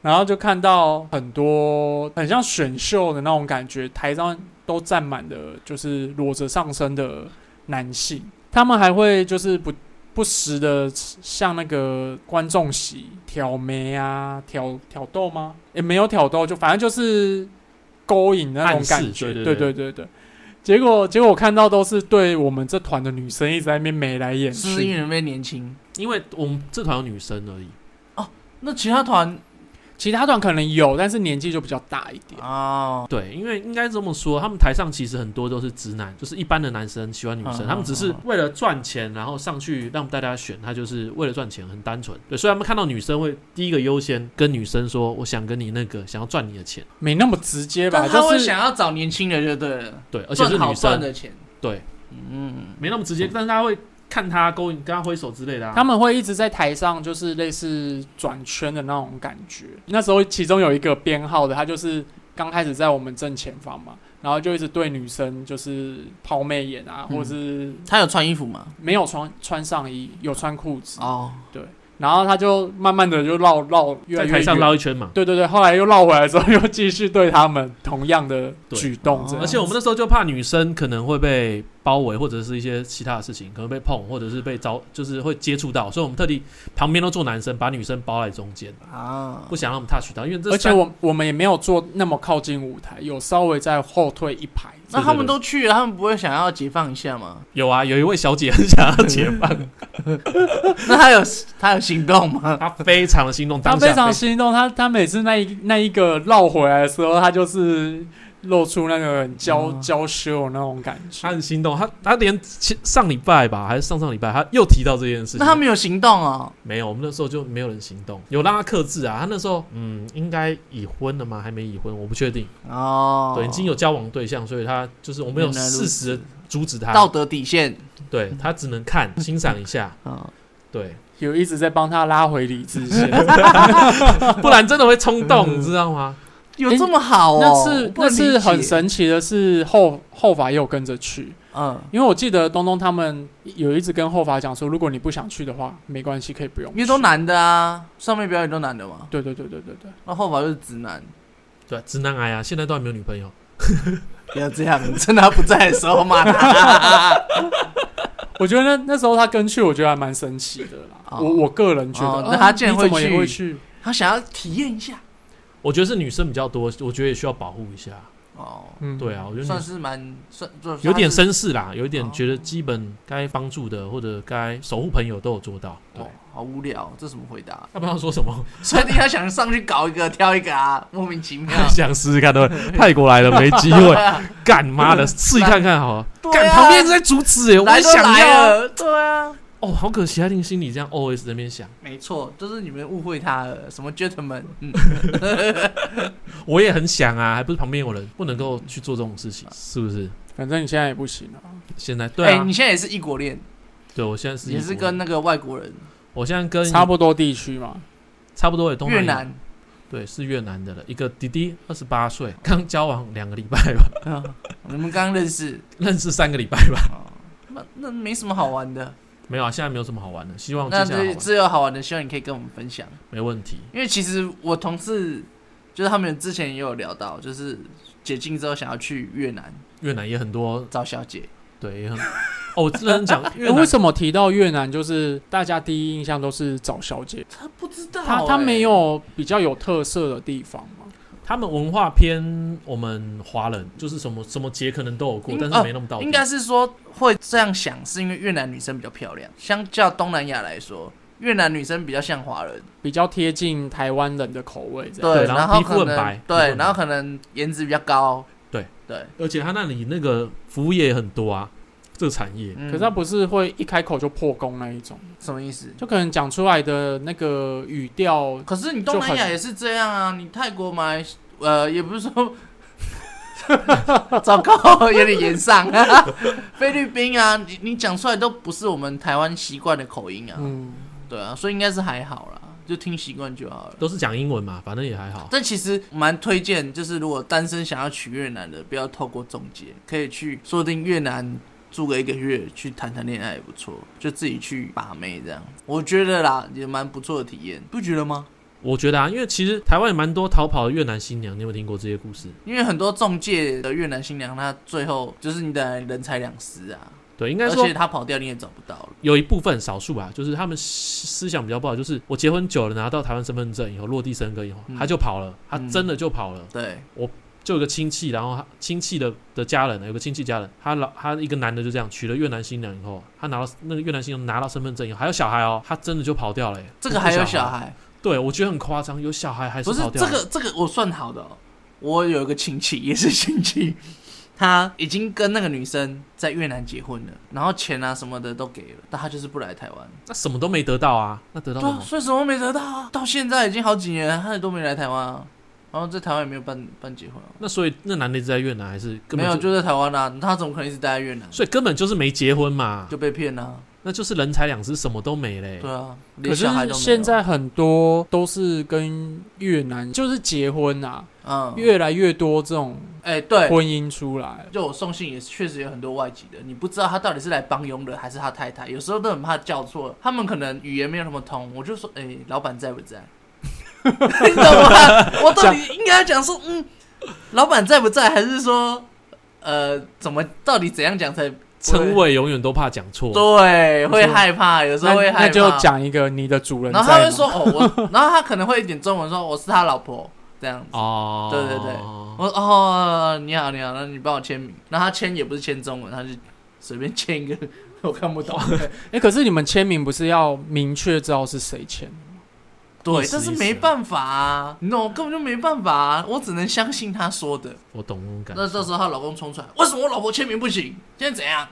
[SPEAKER 4] 然后就看到很多很像选秀的那种感觉，台上都站满的，就是裸着上身的男性，他们还会就是不不时的向那个观众席挑眉啊，挑挑逗吗？也没有挑逗，就反正就是勾引那种
[SPEAKER 1] 暗示
[SPEAKER 4] 感觉，
[SPEAKER 1] 对
[SPEAKER 4] 对
[SPEAKER 1] 对对
[SPEAKER 4] 对对对。结果，结果我看到都是对我们这团的女生一直在那边眉来眼
[SPEAKER 2] 是
[SPEAKER 4] 去，
[SPEAKER 2] 不是因为你们年轻，
[SPEAKER 1] 因为我们这团有女生而已，
[SPEAKER 2] 那其他团
[SPEAKER 4] 其他团可能有，但是年纪就比较大一点。
[SPEAKER 2] 哦，
[SPEAKER 1] 对，因为应该这么说，他们台上其实很多都是直男，就是一般的男生喜欢女生，
[SPEAKER 2] 嗯
[SPEAKER 1] 他们只
[SPEAKER 2] 嗯
[SPEAKER 1] 是
[SPEAKER 2] 嗯
[SPEAKER 1] 为了赚钱，然后上去让大家选，他就是为了赚钱，很单纯。对，所以他们看到女生会第一个优先跟女生说，我想跟你那个，想要赚你的钱。
[SPEAKER 4] 没那么直接吧，
[SPEAKER 2] 但他
[SPEAKER 4] 就
[SPEAKER 2] 会
[SPEAKER 4] 是
[SPEAKER 2] 想要找年轻人就对了，
[SPEAKER 1] 对，而且是
[SPEAKER 2] 赚好
[SPEAKER 1] 女
[SPEAKER 2] 赚
[SPEAKER 1] 生，
[SPEAKER 2] 的钱。
[SPEAKER 1] 对，
[SPEAKER 2] 嗯，
[SPEAKER 1] 没那么直接，但是他会看他勾引，跟他挥手之类的、啊。
[SPEAKER 4] 他们会一直在台上，就是类似转圈的那种感觉。那时候其中有一个编号的，他就是刚开始在我们正前方嘛，然后就一直对女生就是抛媚眼啊，
[SPEAKER 2] 嗯
[SPEAKER 4] 或者是
[SPEAKER 2] 他有穿衣服吗？
[SPEAKER 4] 没有穿穿上衣，有穿裤子，
[SPEAKER 2] 哦，
[SPEAKER 4] 然后他就慢慢的就绕绕越来
[SPEAKER 1] 在
[SPEAKER 4] 越
[SPEAKER 1] 台上
[SPEAKER 4] 远
[SPEAKER 1] 绕一圈嘛。
[SPEAKER 4] 对对对，后来又绕回来之后，又继续对他们同样的
[SPEAKER 1] 对
[SPEAKER 4] 举动这样子，
[SPEAKER 1] 哦而且我们那时候就怕女生可能会被包围，或者是一些其他的事情，可能被碰，或者是被招，就是会接触到，所以我们特地旁边都坐男生，把女生包在中间，
[SPEAKER 2] 啊
[SPEAKER 1] 不，想让我们 touch 到，因为这
[SPEAKER 4] 而且
[SPEAKER 1] 三
[SPEAKER 4] 我我们也没有坐那么靠近舞台，有稍微在后退一排。
[SPEAKER 2] 那他们都去了，他们不会想要解放一 下吗？
[SPEAKER 1] 有啊，有一位小姐很想要解
[SPEAKER 4] 嗯
[SPEAKER 1] 放，
[SPEAKER 2] 那他有他有行动吗？
[SPEAKER 1] 她非常的心动，
[SPEAKER 4] 他
[SPEAKER 1] 当下
[SPEAKER 4] 非常心动，他他每次那一那一个绕回来的时候，他就是露出那个很娇、
[SPEAKER 1] 嗯
[SPEAKER 4] 娇羞的那种感觉
[SPEAKER 1] 他。很心动，他他连前上礼拜吧，还是上上礼拜，他又提到这件事情。
[SPEAKER 2] 那他们有行动哦，
[SPEAKER 1] 没有，我们那时候就没有人行动，有让他克制啊。他那时候嗯，应该已婚了吗？还没已婚，我不确定。
[SPEAKER 2] 哦，
[SPEAKER 1] 对，已经有交往对象，所以他就是我们有
[SPEAKER 2] 原来如
[SPEAKER 1] 适时的阻止他，
[SPEAKER 2] 道德底线
[SPEAKER 1] 对他只能看欣赏一下，
[SPEAKER 2] 啊，
[SPEAKER 1] 对，
[SPEAKER 4] 有一直在帮他拉回理智 线。
[SPEAKER 1] 不然真的会冲动，
[SPEAKER 4] 嗯
[SPEAKER 1] 你知道吗？
[SPEAKER 2] 有这么好哦？
[SPEAKER 4] 那
[SPEAKER 2] 我
[SPEAKER 4] 次
[SPEAKER 2] 不
[SPEAKER 4] 那
[SPEAKER 2] 能理
[SPEAKER 4] 次
[SPEAKER 2] 解
[SPEAKER 4] 很，神奇的是后后法也有跟着去，
[SPEAKER 2] 嗯，
[SPEAKER 4] 因为我记得东东他们有一直跟后法讲说，如果你不想去的话，没关系，可以不用
[SPEAKER 2] 因。为都
[SPEAKER 4] 去
[SPEAKER 2] 男的啊，上面表演都男的嘛，
[SPEAKER 4] 对对对对对对，
[SPEAKER 2] 那后法就是直男。
[SPEAKER 1] 对，直男癌啊，现在都还没有女朋友。
[SPEAKER 2] 不要这样，趁他不在的时候骂他。
[SPEAKER 4] 我觉得那那时候他跟去，我觉得还蛮神奇的啦。
[SPEAKER 2] 哦
[SPEAKER 4] 我我个人觉得，
[SPEAKER 2] 哦
[SPEAKER 4] 啊
[SPEAKER 2] 那他竟然
[SPEAKER 4] 你怎么
[SPEAKER 2] 会
[SPEAKER 4] 也
[SPEAKER 2] 去
[SPEAKER 4] 会去？
[SPEAKER 2] 他想要体验一下。
[SPEAKER 1] 我觉得是女生比较多，我觉得也需要保护一下。
[SPEAKER 2] 哦，
[SPEAKER 4] 嗯，
[SPEAKER 1] 对啊，我觉得女
[SPEAKER 2] 算是蛮算算
[SPEAKER 1] 有点
[SPEAKER 2] 深
[SPEAKER 1] 绅士啦，有一点
[SPEAKER 2] 哦
[SPEAKER 1] 觉得基本该帮助的或者该守护朋友都有做到。对
[SPEAKER 2] 哦，，好无聊，这什么回答？
[SPEAKER 1] 要不然要说什么？。
[SPEAKER 2] 所以你要想上去搞一个挑一个啊，莫名其妙
[SPEAKER 1] 想试试看， 对不对？泰国来了没机会，干妈的试一看看好了。
[SPEAKER 2] 对啊
[SPEAKER 1] 干旁边一直在阻止哎，我
[SPEAKER 2] 来
[SPEAKER 1] 也
[SPEAKER 2] 都
[SPEAKER 1] 想
[SPEAKER 2] 来
[SPEAKER 1] 要
[SPEAKER 2] 了，对啊，
[SPEAKER 1] 哦，好可惜，他定心里这样 always 在那边想，
[SPEAKER 2] 没错，就是你们误会他了，什么 gentleman，嗯，
[SPEAKER 1] 我也很想啊，还不是旁边有人，不能够去做这种事情，是不是？
[SPEAKER 4] 反正你现在也不行了、
[SPEAKER 1] 现在 对
[SPEAKER 2] 哎、
[SPEAKER 1] 啊
[SPEAKER 2] 你，现在也是异国恋，
[SPEAKER 1] 对我现在是
[SPEAKER 2] 也
[SPEAKER 1] 一
[SPEAKER 2] 是
[SPEAKER 1] 国
[SPEAKER 2] 跟
[SPEAKER 1] 人
[SPEAKER 2] 那个外国人，
[SPEAKER 1] 我现在跟
[SPEAKER 4] 差不多地区嘛。
[SPEAKER 1] 差不多也东
[SPEAKER 2] 越
[SPEAKER 1] 南亚
[SPEAKER 2] 南，
[SPEAKER 1] 对，是越南的了，一个弟弟，二十八岁，刚交往两个礼拜吧，
[SPEAKER 2] 嗯你们刚认识，
[SPEAKER 1] 认识三个礼拜吧，
[SPEAKER 2] 哦那那没什么好玩的，
[SPEAKER 1] 没有啊，现在没有什么好玩的，希望接
[SPEAKER 2] 那
[SPEAKER 1] 下来
[SPEAKER 2] 这
[SPEAKER 1] 好玩，
[SPEAKER 2] 这有好玩的，希望你可以跟我们分享。
[SPEAKER 1] 没问题。
[SPEAKER 2] 因为其实我同事就是他们之前也有聊到，就是解禁之后想要去越南
[SPEAKER 1] 越南也很多，
[SPEAKER 2] 找小姐，
[SPEAKER 1] 对，也很，哦，我真的很 讲越
[SPEAKER 4] 哎
[SPEAKER 1] 南
[SPEAKER 4] 为，什么提到越南，就是大家第一印象都是找小姐，
[SPEAKER 2] 他啊不知道、欸
[SPEAKER 4] 他他没有比较有特色的地方吗？
[SPEAKER 1] 他们文化偏我们华人，就是什么什么节可能都有过
[SPEAKER 2] 应，
[SPEAKER 1] 但
[SPEAKER 2] 哦
[SPEAKER 1] 是没那么到底，
[SPEAKER 2] 应该是说会这样想，是因为越南女生比较漂亮，相较东南亚来说，越南女生比较像华人，
[SPEAKER 4] 比较贴近台湾人的口味，这样。
[SPEAKER 1] 对然
[SPEAKER 2] 然
[SPEAKER 1] 后
[SPEAKER 2] 后
[SPEAKER 1] 皮肤
[SPEAKER 2] 可
[SPEAKER 1] 很白
[SPEAKER 2] 能
[SPEAKER 1] 皮肤
[SPEAKER 2] 对，
[SPEAKER 1] 很白
[SPEAKER 2] 然后可能颜值比较高，
[SPEAKER 1] 对
[SPEAKER 2] 对，
[SPEAKER 1] 而且他那里那个服务业也很多啊，这个产业，
[SPEAKER 2] 嗯
[SPEAKER 4] 可是他不是会一开口就破功那一种，
[SPEAKER 2] 什么意思？
[SPEAKER 4] 就可能讲出来的那个语调，
[SPEAKER 2] 可是你东南
[SPEAKER 4] 就
[SPEAKER 2] 亚
[SPEAKER 4] 很
[SPEAKER 2] 也是这样啊，你泰国嘛，呃，也不是 说，糟糕，有点严上。 菲律宾啊，你你讲出来都不是我们台湾习惯的口音啊，
[SPEAKER 4] 嗯，
[SPEAKER 2] 对啊，所以应该是还好啦，就听习惯就好了。
[SPEAKER 1] 都是讲英文嘛，反正也还好。
[SPEAKER 2] 但其实蛮推荐，就是如果单身想要娶越南的，不要透过中介，可以去，说不定越南住个一个月去谈谈恋爱也不错，就自己去把妹这样，我觉得啦，也蛮不错的体验，不觉得吗？
[SPEAKER 1] 我觉得啊，因为其实台湾也蛮多逃跑的越南新娘，你有没有听过这些故事？
[SPEAKER 2] 因为很多中介的越南新娘，她最后就是你的人财两失啊，
[SPEAKER 1] 对，应该
[SPEAKER 2] 而
[SPEAKER 1] 说
[SPEAKER 2] 且她跑掉你也找不到了。
[SPEAKER 1] 有一部分少数啊，就是他们思思想比较不好，就是我结婚久了，拿到台湾身份证以后，落地生根以后，
[SPEAKER 2] 嗯
[SPEAKER 1] 他就跑了，他
[SPEAKER 2] 嗯
[SPEAKER 1] 真的就跑了。
[SPEAKER 2] 对，
[SPEAKER 1] 就有个亲戚，然后他亲戚的的家人，有个亲戚家人，他老他一个男的就这样娶了越南新娘以后，他拿到那个越南新娘拿到身份证以后，还有小孩哦，他真的就跑掉了耶。
[SPEAKER 2] 这个还有
[SPEAKER 1] 有
[SPEAKER 2] 小
[SPEAKER 1] 孩？
[SPEAKER 2] 孩，
[SPEAKER 1] 对，我觉得很夸张，有小孩还
[SPEAKER 2] 不是
[SPEAKER 1] 跑掉
[SPEAKER 2] 这
[SPEAKER 1] 了。
[SPEAKER 2] 个这个我算好的、哦，我有一个亲戚也是亲戚，他已经跟那个女生在越南结婚了，然后钱啊什么的都给了，但他就是不来台湾。
[SPEAKER 1] 那什么都没得到啊，那得到
[SPEAKER 2] 对
[SPEAKER 1] 什
[SPEAKER 2] 啊，
[SPEAKER 1] 么？
[SPEAKER 2] 所以什么都没得到啊，到现在已经好几年了，他也都没来台湾啊，然后在台湾也没有办办结婚啊，
[SPEAKER 1] 那所以那男的一直在越南还是根
[SPEAKER 2] 没
[SPEAKER 1] 本
[SPEAKER 2] 有就在台湾啊，他怎么可能一直待在越南？
[SPEAKER 1] 所以根本就是没结婚嘛，
[SPEAKER 2] 就被骗啊，
[SPEAKER 1] 那就是人财两失，什么都没嘞。
[SPEAKER 2] 对啊，
[SPEAKER 4] 可
[SPEAKER 2] 连
[SPEAKER 4] 是
[SPEAKER 2] 小孩都没有。
[SPEAKER 4] 现在很多都是跟越南就是结婚啊，
[SPEAKER 2] 嗯，
[SPEAKER 4] 越来越多这种
[SPEAKER 2] 哎、对，
[SPEAKER 4] 婚姻出来，
[SPEAKER 2] 就我送信也是确实有很多外籍的，你不知道他到底是来帮佣的还是他太太，有时候都很怕叫错，他们可能语言没有那么通，我就说，哎、老板在不 在？你懂吗？我到底应该讲说，嗯，老板在不在，还是说，呃，怎么到底怎样讲才
[SPEAKER 1] 称谓永远都怕讲错。
[SPEAKER 2] 对？啊会害怕，有时
[SPEAKER 4] 那
[SPEAKER 2] 候会害怕。
[SPEAKER 4] 那就讲一个你的主人在
[SPEAKER 2] 然
[SPEAKER 4] 吗，
[SPEAKER 2] 后他会说，哦，我，然后他可能会一点中文说，我是他老婆这样子。
[SPEAKER 1] 哦，
[SPEAKER 2] 对对对我说哦，你好你好，那你帮我签名。然后他签也不是签中文，他就随便签一个
[SPEAKER 1] 哦
[SPEAKER 2] 我看不懂的。
[SPEAKER 4] 哎、可是你们签名不是要明确知道是谁签？
[SPEAKER 2] 对
[SPEAKER 1] 意，思
[SPEAKER 2] 但是
[SPEAKER 1] 意思
[SPEAKER 2] 没办法啊，no，根本就没办法啊，我只能相信他说的。
[SPEAKER 1] 我懂那种感
[SPEAKER 2] 那到
[SPEAKER 1] 觉。
[SPEAKER 2] 时候她老公冲出来，为什么我老婆签名不行？现在 怎样？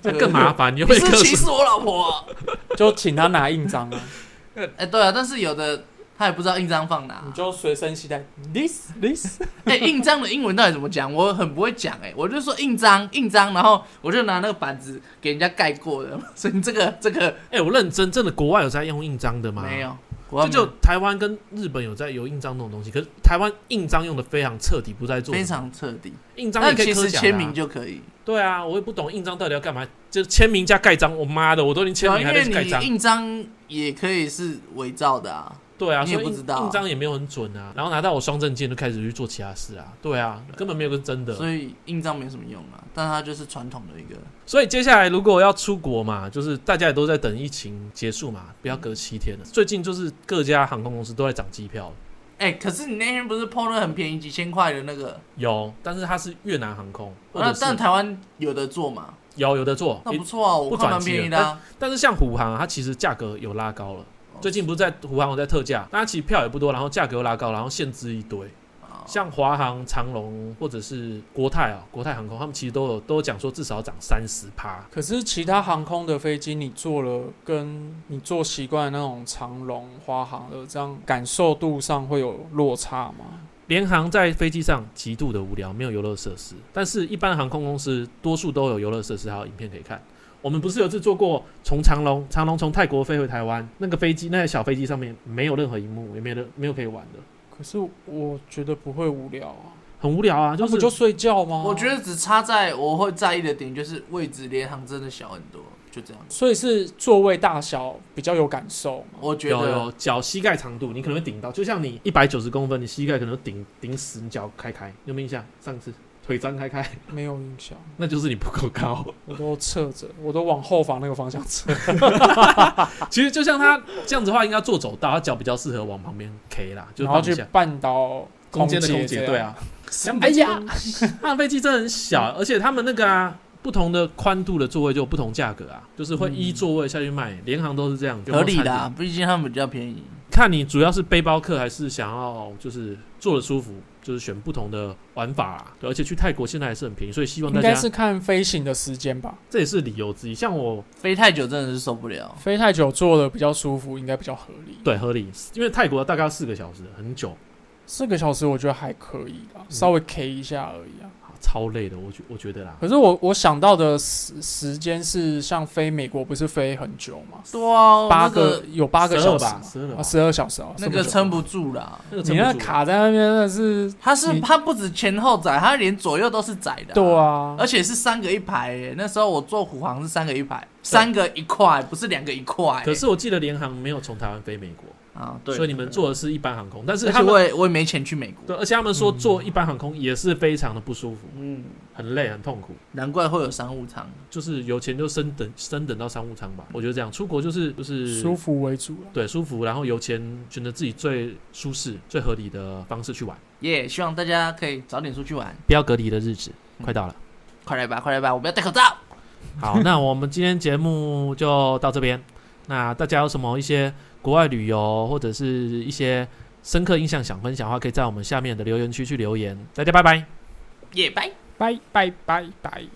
[SPEAKER 1] 这更麻烦，你
[SPEAKER 2] 你
[SPEAKER 1] 会
[SPEAKER 2] 是不
[SPEAKER 1] 克
[SPEAKER 2] 是歧
[SPEAKER 1] 数。
[SPEAKER 2] 视我老婆？啊
[SPEAKER 4] 就请他拿印章 啊，
[SPEAKER 2] 哎、对啊，但是有的他也不知道印章放哪、啊
[SPEAKER 4] 你就随身携带 this this，
[SPEAKER 2] 哎、印章的英文到底怎么讲？我很不会讲哎、我就说印章，印章，然后我就拿那个板子给人家盖过的。 所以你这个这个
[SPEAKER 1] 哎、我认真，真的国外有在用印章的吗？
[SPEAKER 2] 没。有，国
[SPEAKER 1] 这
[SPEAKER 2] 外
[SPEAKER 1] 就
[SPEAKER 2] 没
[SPEAKER 1] 台湾跟日本有在有印章那种东西，可是台湾印章用的非常彻底，不在
[SPEAKER 2] 有
[SPEAKER 1] 做
[SPEAKER 2] 非常彻底。
[SPEAKER 1] 印章也
[SPEAKER 2] 但
[SPEAKER 1] 可以
[SPEAKER 2] 其
[SPEAKER 1] 刻
[SPEAKER 2] 实
[SPEAKER 1] 假、啊、
[SPEAKER 2] 签名就可以，
[SPEAKER 1] 对啊，我也不懂印章到底要干嘛，就签名加盖章，我妈的，我都已经签
[SPEAKER 2] 对啊
[SPEAKER 1] 名
[SPEAKER 2] 因
[SPEAKER 1] 还在
[SPEAKER 2] 为
[SPEAKER 1] 盖章
[SPEAKER 2] 你。印章也可以是伪造的啊。
[SPEAKER 1] 对啊，
[SPEAKER 2] 你也
[SPEAKER 1] 所以
[SPEAKER 2] 不知道啊
[SPEAKER 1] 印章也没有很准啊。然后拿到我双证件就开始去做其他事啊。对啊，根本没有个真的。所以
[SPEAKER 2] 所以印章没什么用啊，但它就是传统的一个。
[SPEAKER 1] 接下来如果要出国嘛，就是大家也都在等疫情结束嘛，不要隔七天了。最近就是各家航空公司都在涨机票，
[SPEAKER 2] 哎、可是你那天不是碰了很便宜几千块的那个？
[SPEAKER 1] 有，但是它是越南航空，或
[SPEAKER 2] 哦
[SPEAKER 1] 者
[SPEAKER 2] 那
[SPEAKER 1] 是哦
[SPEAKER 2] 但台湾有的做嘛？
[SPEAKER 1] 有有的做
[SPEAKER 2] 那，不错啊，我看蛮便宜的、啊。
[SPEAKER 1] 但是像虎航、啊、它其实价格有拉高了。最近不是在虎航有在特价，但它其实票也不多，然后价格又拉高，然后限制一堆。
[SPEAKER 2] 哦
[SPEAKER 1] 像华航、长龙或者是国泰啊、国泰航空，他们其实都有都有讲说至少要涨三十趴。
[SPEAKER 4] 可是其他航空的飞机你坐了，跟你坐习惯的那种长龙、花航的，这样感受度上会有落差吗？
[SPEAKER 1] 联航在飞机上极度的无聊，没有游乐设施，但是一般航空公司多数都有游乐设施，还有影片可以看。我们不是有次坐过从长龙，长龙从泰国飞回台湾，那个飞机那个小飞机上面没有任何荧幕，也没有任没有可以玩的，
[SPEAKER 4] 可是我觉得不会无聊啊，
[SPEAKER 1] 很无聊啊。
[SPEAKER 4] 那
[SPEAKER 1] 就
[SPEAKER 4] 不
[SPEAKER 1] 是
[SPEAKER 4] 就睡觉吗？
[SPEAKER 2] 哦我觉得只差在我会在意的点就是位置联航真的小很多，就这样。
[SPEAKER 4] 所以是座位大小比较有感受嘛。
[SPEAKER 2] 我觉
[SPEAKER 1] 有
[SPEAKER 2] 得
[SPEAKER 1] 有脚膝盖长度，你可能会顶到，就像你一百九十公分，你膝盖可能顶顶死，你脚开开，有没有印象？上次腿张开开，
[SPEAKER 4] 没有印象，
[SPEAKER 1] 那就是你不够高。
[SPEAKER 4] 我都侧着，我都往后方那个方向侧。
[SPEAKER 1] 其实就像他这样子的话，应该坐走道，他脚比较适合往旁边 K 啦， 就
[SPEAKER 4] 然后
[SPEAKER 1] 放
[SPEAKER 4] 去
[SPEAKER 1] 一下
[SPEAKER 4] 绊倒
[SPEAKER 1] 空间的空
[SPEAKER 4] 姐
[SPEAKER 1] 姐，
[SPEAKER 4] 这样
[SPEAKER 1] 对啊。
[SPEAKER 4] 想
[SPEAKER 1] 哎呀， 他的飞机真的很小，
[SPEAKER 4] 嗯
[SPEAKER 1] 而且他们那个啊，不同的宽度的座位就有不同价格啊，就是
[SPEAKER 4] 嗯
[SPEAKER 1] 会依座位下去卖，联航都是这样，
[SPEAKER 2] 合理
[SPEAKER 1] 有
[SPEAKER 2] 的、
[SPEAKER 1] 没有
[SPEAKER 2] 啊
[SPEAKER 1] 餐，
[SPEAKER 2] 毕竟他们比较便宜。
[SPEAKER 1] 点。看你主要是背包客还是想要就是坐的舒服，就是选不同的玩法、啊。对，而且去泰国现在还是很便宜，所以希望大
[SPEAKER 4] 应该
[SPEAKER 1] 家
[SPEAKER 4] 是看飞行的时间吧，
[SPEAKER 1] 这也是理由之一。像我
[SPEAKER 2] 飞太久真的是受不了。
[SPEAKER 4] 飞太久坐的比较舒服，应该比较合理。
[SPEAKER 1] 哦对合理，因为泰国大概要四个小时，很久，
[SPEAKER 4] 四个小时我觉得还可以
[SPEAKER 1] 嗯
[SPEAKER 4] 啦，稍微 K 一下而已啊。
[SPEAKER 1] 啊超累的，我觉我觉得啦。
[SPEAKER 4] 可是我我想到的时时间是像飞美国不是飞很久吗？
[SPEAKER 2] 对啊，
[SPEAKER 4] 八
[SPEAKER 2] 那
[SPEAKER 4] 个有八个小
[SPEAKER 1] 12
[SPEAKER 4] 时
[SPEAKER 1] 吧
[SPEAKER 4] 吗，
[SPEAKER 1] 十二吧
[SPEAKER 4] 啊，，十二小时啊，
[SPEAKER 2] 那
[SPEAKER 4] 这么
[SPEAKER 2] 个
[SPEAKER 4] 久
[SPEAKER 2] 撑不住啦。
[SPEAKER 1] 那个撑
[SPEAKER 4] 你
[SPEAKER 1] 不
[SPEAKER 4] 那
[SPEAKER 1] 住
[SPEAKER 4] 卡在那边真的是，
[SPEAKER 2] 它是
[SPEAKER 4] 你
[SPEAKER 2] 它不止前后窄，它连左右都是窄的、
[SPEAKER 4] 对。啊，
[SPEAKER 2] 而且是三个一排、欸，那时候我坐虎航是三个一排，三个一块，不是两个一块、欸
[SPEAKER 1] 可是我记得联航没有从台湾飞美国，
[SPEAKER 2] 啊，对，
[SPEAKER 1] 所以你们坐的是一般航空，但是
[SPEAKER 2] 而
[SPEAKER 1] 他
[SPEAKER 2] 且
[SPEAKER 1] 们
[SPEAKER 2] 我嗯也我也没钱去美国。
[SPEAKER 1] 对，而且他们说坐一般航空也是非常的不舒服，
[SPEAKER 2] 嗯，
[SPEAKER 1] 很累，很痛苦，
[SPEAKER 2] 难怪会有商务舱。
[SPEAKER 1] 就是有钱就升等升等到商务舱吧。我觉得这样出国就是就是
[SPEAKER 4] 舒服为主啊。
[SPEAKER 1] 对舒服，然后有钱选择自己最舒适、最合理的方式去玩，
[SPEAKER 2] 耶、希望大家可以早点出去玩，
[SPEAKER 1] 不要隔离的日子快到了。
[SPEAKER 2] 快来吧，快来吧，我们要戴口罩。
[SPEAKER 1] 好，那我们今天节目就到这边。那大家有什么一些国外旅游或者是一些深刻印象想分享的话，可以在我们下面的留言区去留言。大家拜拜。
[SPEAKER 2] 耶、拜。
[SPEAKER 4] 拜拜拜拜。